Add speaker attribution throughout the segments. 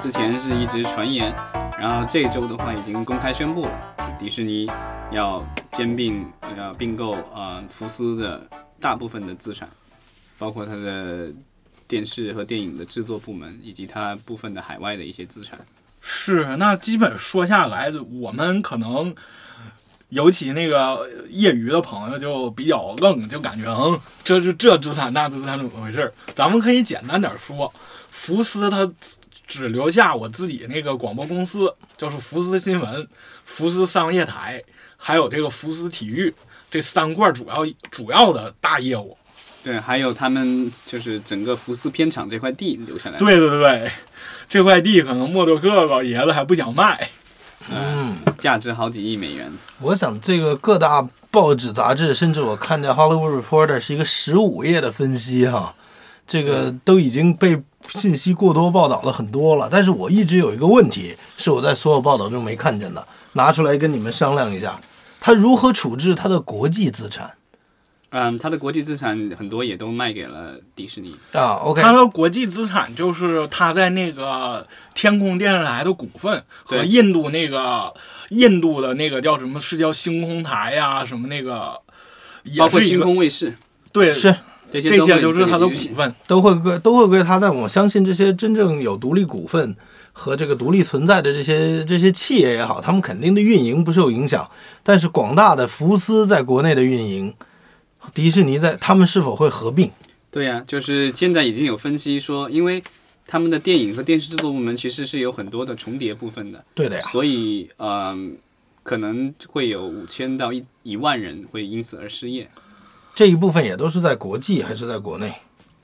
Speaker 1: 之前是一直传言，然后这周的话已经公开宣布了，就迪士尼要兼并要并购啊、呃福斯的大部分的资产，包括它的电视和电影的制作部门，以及它部分的海外的一些资产。
Speaker 2: 是，那基本说下来，我们可能，尤其那个业余的朋友就比较愣，就感觉嗯，这是这资产那资产怎么回事儿？咱们可以简单点儿说，福斯它只留下我自己那个广播公司，就是福斯新闻、福斯商业台，还有这个福斯体育这三块主要主要的大业务。
Speaker 1: 对，还有他们就是整个福斯片场这块地留下来。，
Speaker 2: 对对对对，这块地可能默多克老爷子还不想卖。
Speaker 3: 嗯，
Speaker 1: 价值好几亿美元。
Speaker 3: 我想这个各大报纸、杂志，甚至我看在《Hollywood Reporter》是一个十五页的分析哈，这个都已经被信息过多报道了很多了。但是我一直有一个问题，是我在所有报道中没看见的，拿出来跟你们商量一下，他如何处置他的国际资产
Speaker 1: 嗯，它的国际资产很多也都卖给了迪士尼。
Speaker 3: 啊？OK，
Speaker 2: 他的国际资产就是他在那个天空电视台的股份和
Speaker 1: 对
Speaker 2: 印度那个印度的那个叫什么是叫星空台呀、什么那个，
Speaker 1: 包
Speaker 2: 也
Speaker 1: 括
Speaker 2: 是一
Speaker 1: 星
Speaker 2: 个
Speaker 1: 空卫视
Speaker 2: 对
Speaker 3: 是
Speaker 1: 这些
Speaker 2: 这
Speaker 1: 都
Speaker 2: 些
Speaker 1: 会
Speaker 2: 就是他的股
Speaker 1: 被
Speaker 2: 份。
Speaker 3: 都会归都会归他，但我相信这些真正有独立股份和这个独立存在的这些这些企业也好，他们肯定的运营不受影响。但是广大的福斯在国内的运营，迪士尼在他们是否会合并？
Speaker 1: 对呀、就是现在已经有分析说，因为他们的电影和电视制作部门其实是有很多的重叠部分的，
Speaker 3: 对的啊呀，
Speaker 1: 所以嗯、可能会有五千到一一万人会因此而失业。
Speaker 3: 这一部分也都是在国际还是在国内？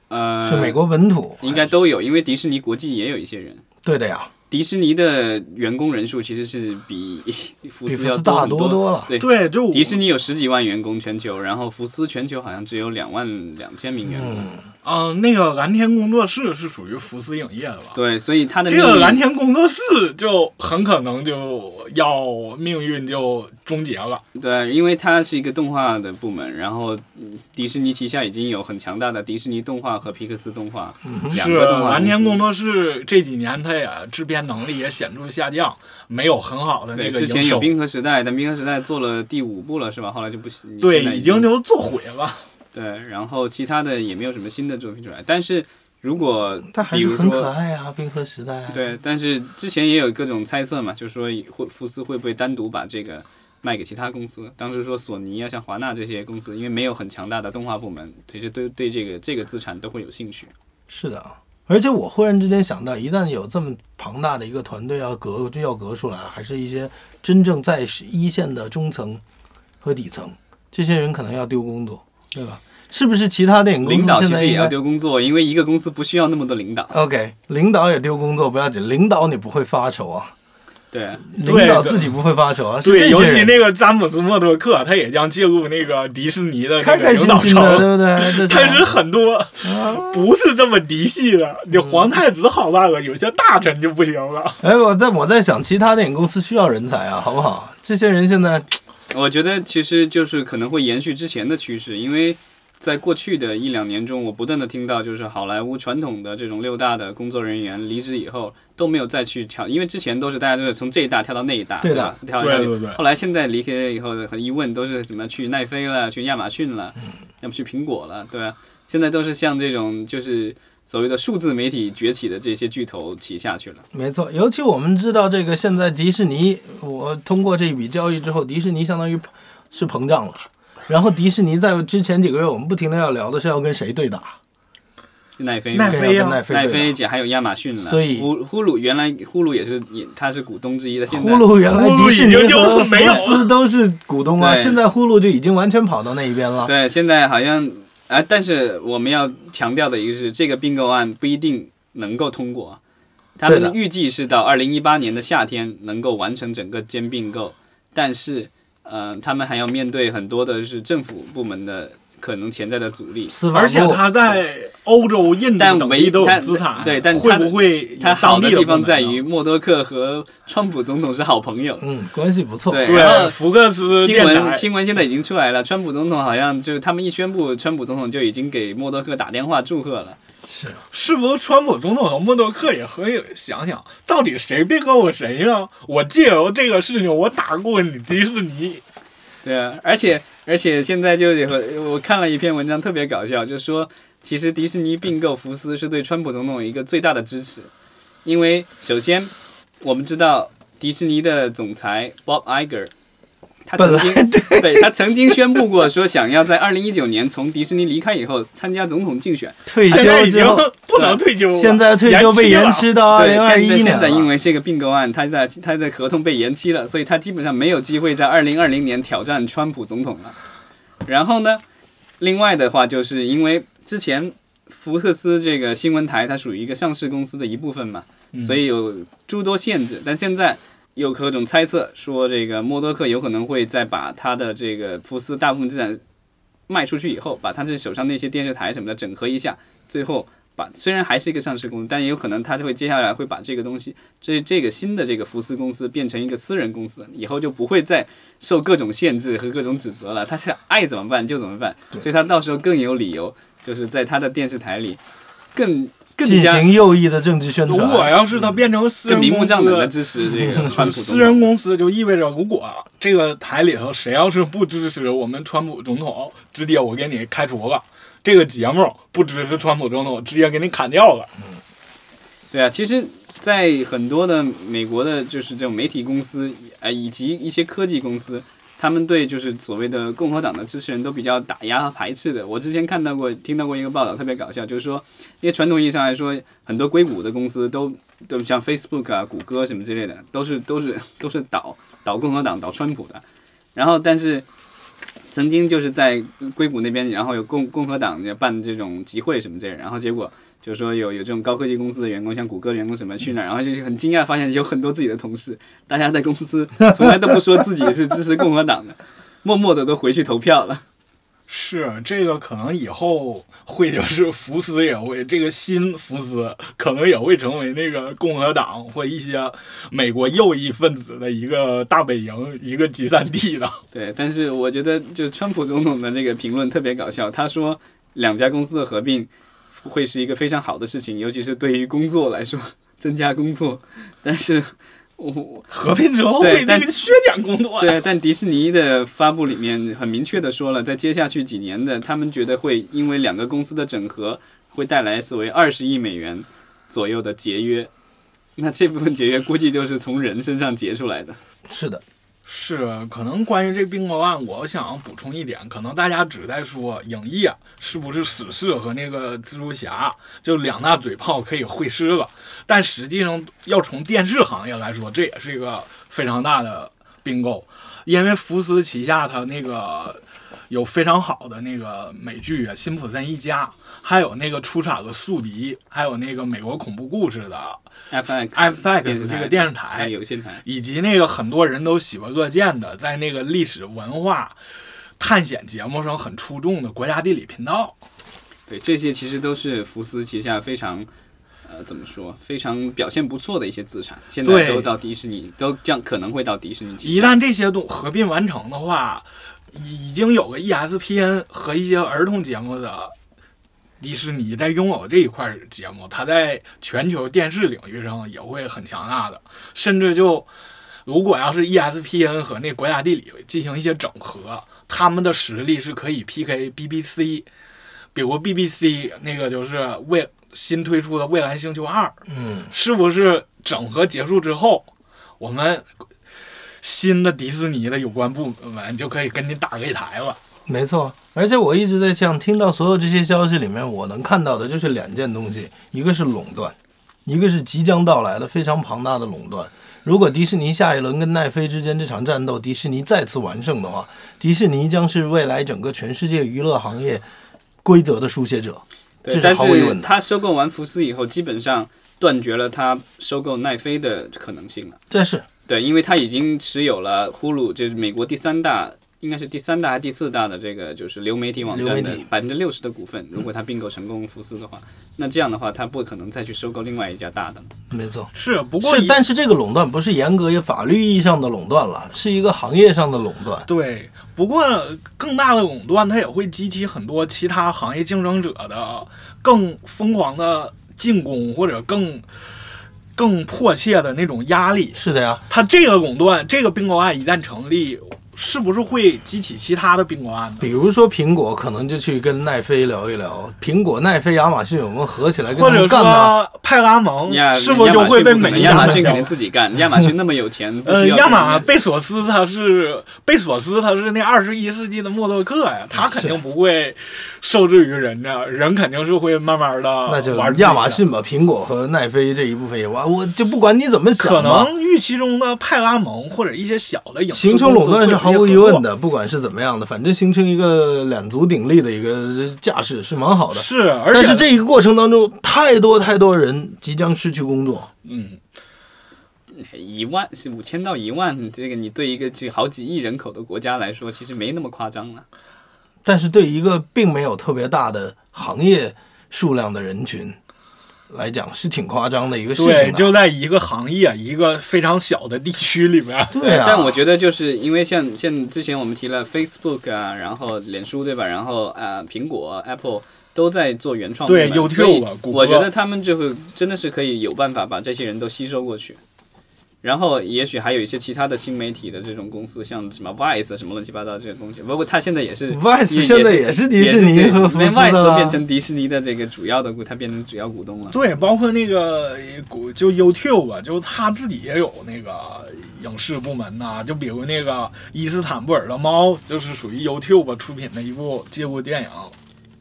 Speaker 1: 呃，
Speaker 3: 是美国本土？
Speaker 1: 应该都有，因为迪士尼国际也有一些人。
Speaker 3: 对的呀，
Speaker 1: 迪士尼的员工人数其实是 比福
Speaker 3: 比
Speaker 1: 斯
Speaker 3: 福
Speaker 1: 要
Speaker 3: 斯大
Speaker 1: 很多
Speaker 3: 多了。
Speaker 1: 对
Speaker 2: 对，就我
Speaker 1: 迪士尼有十几万员工全球，然后福斯全球好像只有两万两千名员工。
Speaker 3: 嗯，
Speaker 2: 嗯、那个蓝天工作室是属于福斯影业的吧？
Speaker 1: 对，所以它的
Speaker 2: 这
Speaker 1: 命
Speaker 2: 个
Speaker 1: 运
Speaker 2: 蓝天工作室就很可能就要命运就终结了。
Speaker 1: 对，因为它是一个动画的部门，然后嗯迪士尼旗下已经有很强大的迪士尼动画和皮克斯动画、
Speaker 3: 嗯
Speaker 1: 两
Speaker 2: 是啊
Speaker 1: 个动画
Speaker 2: 蓝天工
Speaker 1: 作
Speaker 2: 作室这几年它也制片能力也显著下降，没有很好的
Speaker 1: 对，
Speaker 2: 那个
Speaker 1: 之前
Speaker 2: 营收
Speaker 1: 有，冰河时代，但冰河时代做了第五部了是吧？后来就不行，
Speaker 2: 对
Speaker 1: 现在，
Speaker 2: 已经就做毁了。
Speaker 1: 对，然后其他的也没有什么新的作品出来。但是如果
Speaker 3: 但还
Speaker 1: 比
Speaker 3: 是
Speaker 1: 如
Speaker 3: 很可
Speaker 1: 说
Speaker 3: 爱啊，冰河时代、啊。，
Speaker 1: 对，但是之前也有各种猜测嘛，就是说会福斯会不会单独把这个卖给其他公司？当时说索尼啊，像华纳这些公司，因为没有很强大的动画部门，其实对对这个这个资产都会有兴趣。
Speaker 3: 是的啊。而且我忽然之间想到，一旦有这么庞大的一个团队要革就要革出来，还是一些真正在一线的中层和底层，这些人可能要丢工作，对吧？是不是其他电影公
Speaker 1: 领
Speaker 3: 司
Speaker 1: 导其
Speaker 3: 现在
Speaker 1: 实也
Speaker 3: 应
Speaker 1: 要
Speaker 3: 该
Speaker 1: 丢工作，因为一个公司不需要那么多领导。
Speaker 3: ？OK，领导也丢工作不要紧，领导你不会发愁啊，
Speaker 1: 对，
Speaker 3: 领导自己不会发愁啊，是
Speaker 2: 对，
Speaker 3: 这些
Speaker 2: 尤其
Speaker 3: 人
Speaker 2: 那个詹姆斯·默多克，他也将介入那个迪士尼的那
Speaker 3: 开
Speaker 2: 个
Speaker 3: 开
Speaker 2: 领
Speaker 3: 心
Speaker 2: 导
Speaker 3: 心的，
Speaker 2: 层。
Speaker 3: 对 不对？这
Speaker 2: 但是很多
Speaker 3: 啊
Speaker 2: 不是这么嫡系的，你皇太子好办了，有些大臣就不行了。
Speaker 3: 哎，我在我在想，其他电影公司需要人才啊，好不好？这些人现在
Speaker 1: 我觉得其实就是可能会延续之前的趋势，因为在过去的一两年中，我不断的听到就是好莱坞传统的这种六大的工作人员离职以后都没有再去跳，因为之前都是大家就是从这一大跳到那一大，
Speaker 3: 对的
Speaker 1: 吧？跳来跳去
Speaker 2: 对对对
Speaker 1: 后来现在离开以后，很一问都是什么去奈飞了，去亚马逊了，
Speaker 3: 嗯
Speaker 1: 要么去苹果了，对吧？现在都是像这种就是所谓的数字媒体崛起的这些巨头旗下去了。
Speaker 3: 没错，尤其我们知道这个现在迪士尼，我通过这一笔交易之后，迪士尼相当于是膨胀了。然后迪士尼在之前几个月，我们不停的要聊的是要跟谁对打，
Speaker 1: 奈飞嘛，
Speaker 2: 奈飞
Speaker 3: 要
Speaker 2: 啊
Speaker 3: 跟奈飞
Speaker 1: 奈
Speaker 3: 对
Speaker 1: 飞
Speaker 3: 打。
Speaker 1: 姐还有亚马逊了，
Speaker 3: 所以
Speaker 1: 呼呼噜原来呼噜也是也它是股东之一的，现
Speaker 3: 呼
Speaker 1: 在
Speaker 3: 噜原来迪士尼
Speaker 2: 呼噜已经
Speaker 3: 和
Speaker 2: 就没有了
Speaker 3: 福斯都是股东啊，
Speaker 1: 对
Speaker 3: 现在呼噜就已经完全跑到那一边了。
Speaker 1: 对现在好像啊、但是我们要强调的一个是这个并购案不一定能够通过，他
Speaker 3: 对的
Speaker 1: 们预计是到二零一八年的夏天能够完成整个兼并购，但是呃，他们还要面对很多的是政府部门的可能潜在的阻力，
Speaker 3: 司法
Speaker 2: 而且
Speaker 3: 部
Speaker 2: 他在欧洲、印
Speaker 1: 但
Speaker 2: 度等
Speaker 1: 唯
Speaker 2: 地都有
Speaker 1: 但
Speaker 2: 资产，
Speaker 1: 对但
Speaker 2: 会
Speaker 1: 它的
Speaker 2: 不会
Speaker 1: 它
Speaker 2: 有
Speaker 1: 好
Speaker 2: 当
Speaker 1: 的
Speaker 2: 地
Speaker 1: 地
Speaker 2: 部
Speaker 1: 方
Speaker 2: 门啊哦呢
Speaker 1: 在于默多克和川普总统是好朋友。
Speaker 3: 嗯，关系不错。
Speaker 1: 对然
Speaker 2: 对
Speaker 1: 后
Speaker 2: 福克斯
Speaker 1: 新
Speaker 2: 呃电
Speaker 1: 闻
Speaker 2: 台，
Speaker 1: 新闻现在已经出来了，川普总统好像就是他们一宣布，川普总统就已经给默多克打电话祝贺了。
Speaker 3: 是
Speaker 2: 是不是川普总统和默多克也可以想想，到底谁背过我谁呢？我借由这个事情，我打过你迪士尼。
Speaker 1: 对啊，而且而且现在就有我看了一篇文章，特别搞笑，就说其实迪士尼并购福斯是对川普总统一个最大的支持，因为首先我们知道迪士尼的总裁 Bob Iger，他
Speaker 3: 本
Speaker 1: 曾
Speaker 3: 来
Speaker 1: 经 对他曾经宣布过说想要在二零一九年从迪士尼离开以后参加总统竞选，
Speaker 3: 退
Speaker 2: 现在
Speaker 3: 休
Speaker 2: 已经
Speaker 3: 之后，
Speaker 2: 不能退休了，
Speaker 3: 现在退休被延
Speaker 2: 了。
Speaker 3: 迟到二
Speaker 1: 对，
Speaker 3: 哦零二
Speaker 1: 现在
Speaker 3: 一年
Speaker 1: 现在因
Speaker 3: 了。
Speaker 1: 为这个并购案，他的他的合同被延期了，所以他基本上没有机会在二零二零年挑战川普总统了。然后呢，另外的话，就是因为之前福克斯这个新闻台，它属于一个上市公司的一部分嘛，
Speaker 3: 嗯
Speaker 1: 所以有诸多限制。但现在有各种猜测说，这个默多克有可能会在把他的这个福斯大部分资产卖出去以后，把他这手上那些电视台什么的整合一下，最后把虽然还是一个上市公司，但也有可能他就会接下来会把这个东西，这这个新的这个福斯公司变成一个私人公司，以后就不会再受各种限制和各种指责了。他想爱怎么办就怎么办，所以他到时候更有理由，就是在他的电视台里更更
Speaker 3: 进
Speaker 1: 加
Speaker 3: 行右翼的政治宣
Speaker 2: 如果
Speaker 3: 传，
Speaker 2: 要是他变成私
Speaker 1: 更
Speaker 2: 人
Speaker 1: 明目
Speaker 2: 公
Speaker 1: 张胆的
Speaker 2: 司，
Speaker 1: 支持这个川普总统
Speaker 2: 私人公司就意味着，如果这个台里头谁要是不支持我们川普总统，直接我给你开除了。这个节目不支持川普总统，直接给你砍掉了。
Speaker 1: 对啊，其实，在很多的美国的，就是这种媒体公司，呃，以及一些科技公司，他们对就是所谓的共和党的支持人都比较打压和排斥的。我之前看到过、听到过一个报道，特别搞笑，就是说，因为传统意义上来说，很多硅谷的公司都都像 Facebook 啊、谷歌什么之类的，都是都是都是倒倒共和党、倒川普的。然后，但是曾经就是在硅谷那边，然后有共共和党办这种集会什么之类的，然后结果就是说有有这种高科技公司的员工，像谷歌的员工什么去那儿，然后就是很惊讶发现有很多自己的同事，大家在公司从来都不说自己是支持共和党的，默默的都回去投票了。
Speaker 2: 是这个，可能以后会就是福斯也会这个新福斯，可能也会成为那个共和党或一些美国右翼分子的一个大本营、一个集散地的。
Speaker 1: 对，但是我觉得就川普总统的这个评论特别搞笑，他说两家公司的合并会是一个非常好的事情，尤其是对于工作来说增加工作，但是我。我
Speaker 2: 合并之后
Speaker 1: 对
Speaker 2: 会那
Speaker 1: 但
Speaker 2: 个削减工作 呀。
Speaker 1: 对，但迪士尼的发布里面很明确的说了，在接下去几年的，他们觉得会因为两个公司的整合，会带来所谓二十亿美元左右的节约。那这部分节约估计就是从人身上结出来的。
Speaker 3: 是的，
Speaker 2: 是，可能关于这并购案，我想补充一点，可能大家只在说影业是不是死侍和那个蜘蛛侠就两大嘴炮可以会师了，但实际上要从电视行业来说，这也是一个非常大的并购，因为福斯旗下它那个有非常好的那个美剧啊，《辛普森一家》，还有那个出产的《宿敌》，还有那个美国恐怖故事的
Speaker 1: FX
Speaker 2: FX 这个电视台
Speaker 1: 还，有线台，
Speaker 2: 以及那个很多人都喜闻乐见的，在那个历史文化探险节目上很出众的国家地理频道。
Speaker 1: 对，这些其实都是福斯旗下非常。呃，怎么说？非常表现不错的一些资产，现在
Speaker 2: 对
Speaker 1: 都到迪士尼，都将可能会到迪士尼旗下。
Speaker 2: 一旦这些东合并完成的话，已已经有个 E ESPN 和一些儿童节目的迪士尼在拥有这一块节目，它在全球电视领域上也会很强大的，甚至就如果要是 E ESPN 和那国家地理进行一些整合，他们的实力是可以 PK BBC，比如 BBC 那个就是未新推出的《蔚蓝星球二》，
Speaker 3: 嗯，
Speaker 2: 是不是整合结束之后，我们新的迪士尼的有关部门就可以跟你打擂台了？
Speaker 3: 没错。而且我一直在想，听到所有这些消息里面，我能看到的就是两件东西，一个是垄断，一个是即将到来的非常庞大的垄断。如果迪士尼下一轮跟奈飞之间这场战斗，迪士尼再次完胜的话，迪士尼将是未来整个全世界娱乐行业规则的书写者。
Speaker 1: 对，
Speaker 3: 这是
Speaker 1: 但
Speaker 3: 毫无疑问的
Speaker 1: 他收购完福斯以后，基本上断绝了他收购奈飞的可能性了。
Speaker 3: 这是
Speaker 1: 对，因为他已经持有了呼噜，就是美国第三大应该是第三大还是第四大的这个就是流媒体网
Speaker 3: 流媒
Speaker 1: 站的
Speaker 3: 体
Speaker 1: 百分之六十的股份，如果它并购成功福斯的话，那这样的话，它不可能再去收购另外一家大的了。
Speaker 3: 没错。
Speaker 2: 是，不过
Speaker 3: 是，
Speaker 2: 也
Speaker 3: 但是这个垄断不是严格法律意义上的垄断了，是一个行业上的垄断。
Speaker 2: 对，不过更大的垄断，它也会激起很多其他行业竞争者的更疯狂的进攻，或者更更迫切的那种压力。
Speaker 3: 是的呀，
Speaker 2: 它这个垄断，这个并购案一旦成立，是不是会激起其他的并购案呢？
Speaker 3: 比如说苹果可能就去跟奈飞聊一聊，苹果、奈飞、亚马逊我们合起来跟
Speaker 2: 或
Speaker 3: 他
Speaker 2: 者
Speaker 3: 们干吧。
Speaker 2: 说派拉蒙
Speaker 1: 亚
Speaker 2: 嗯是不是就会被美
Speaker 1: 亚马逊
Speaker 2: 干
Speaker 1: 肯
Speaker 2: 掉
Speaker 1: 定？自己干，亚马逊那么有钱，不
Speaker 2: 呃，
Speaker 1: 需要
Speaker 2: 亚马
Speaker 1: 别人
Speaker 2: 贝索斯他是贝索斯，他是那二十一世纪的默多克呀，
Speaker 3: 啊
Speaker 2: 他肯定不会受制于人的，人肯定是会慢慢的
Speaker 3: 那就
Speaker 2: 玩自己的
Speaker 3: 亚马。逊把苹果和奈飞这一部分也挖，我就不管你怎么想
Speaker 2: 可
Speaker 3: 吧。
Speaker 2: 能预期中的派拉蒙或者一些小的影视
Speaker 3: 形成垄断是毫无疑问
Speaker 2: 的，
Speaker 3: 的，不管是怎么样的，反正形成一个两足鼎立的一个架势是蛮好的。
Speaker 2: 是，而且
Speaker 3: 但是这一个过程当中，太多太多人即将失去工作。
Speaker 2: 嗯，
Speaker 1: 一万是五千到一万，这个你对一个这好几亿人口的国家来说，其实没那么夸张了。
Speaker 3: 但是对一个并没有特别大的行业数量的人群来讲，是挺夸张的一个事
Speaker 2: 对，
Speaker 3: 情的。
Speaker 2: 就在一个行业一个非常小的地区里面，
Speaker 3: 对啊，
Speaker 1: 但我觉得就是因为像像之前我们提了 Facebook 啊，然后脸书对吧？然后呃，苹果、Apple 都在做原创部
Speaker 2: 对
Speaker 1: 门，
Speaker 2: YouTube
Speaker 1: 所以
Speaker 2: 谷歌
Speaker 1: 我觉得他们就会真的是可以有办法把这些人都吸收过去。然后，也许还有一些其他的新媒体的这种公司，像什么 Vice 什么乱七八糟这些东西。不过，它现在也是
Speaker 3: Vice
Speaker 1: 也
Speaker 3: 现在
Speaker 1: 也
Speaker 3: 也是迪士尼
Speaker 1: 也是
Speaker 3: 和福
Speaker 1: 连
Speaker 3: 斯的啊
Speaker 1: Vice 都
Speaker 3: 啦
Speaker 1: 变成迪士尼的这个主要的股，它变成主要股东了。
Speaker 2: 对，包括那个呃股就 YouTube 吧，就他自己也有那个影视部门呐、就比如那个伊斯坦布尔的猫，就是属于 YouTube 出品的一部街部电影。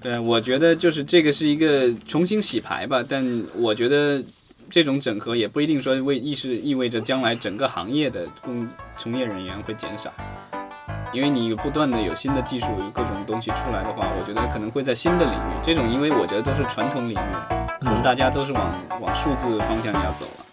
Speaker 1: 对，我觉得就是这个是一个重新洗牌吧，但我觉得这种整合也不一定说为意是意味着将来整个行业的工从业人员会减少，因为你不断的有新的技术、有各种东西出来的话，我觉得可能会在新的领域，这种因为我觉得都是传统领域，可能大家都是往往数字方向要走了。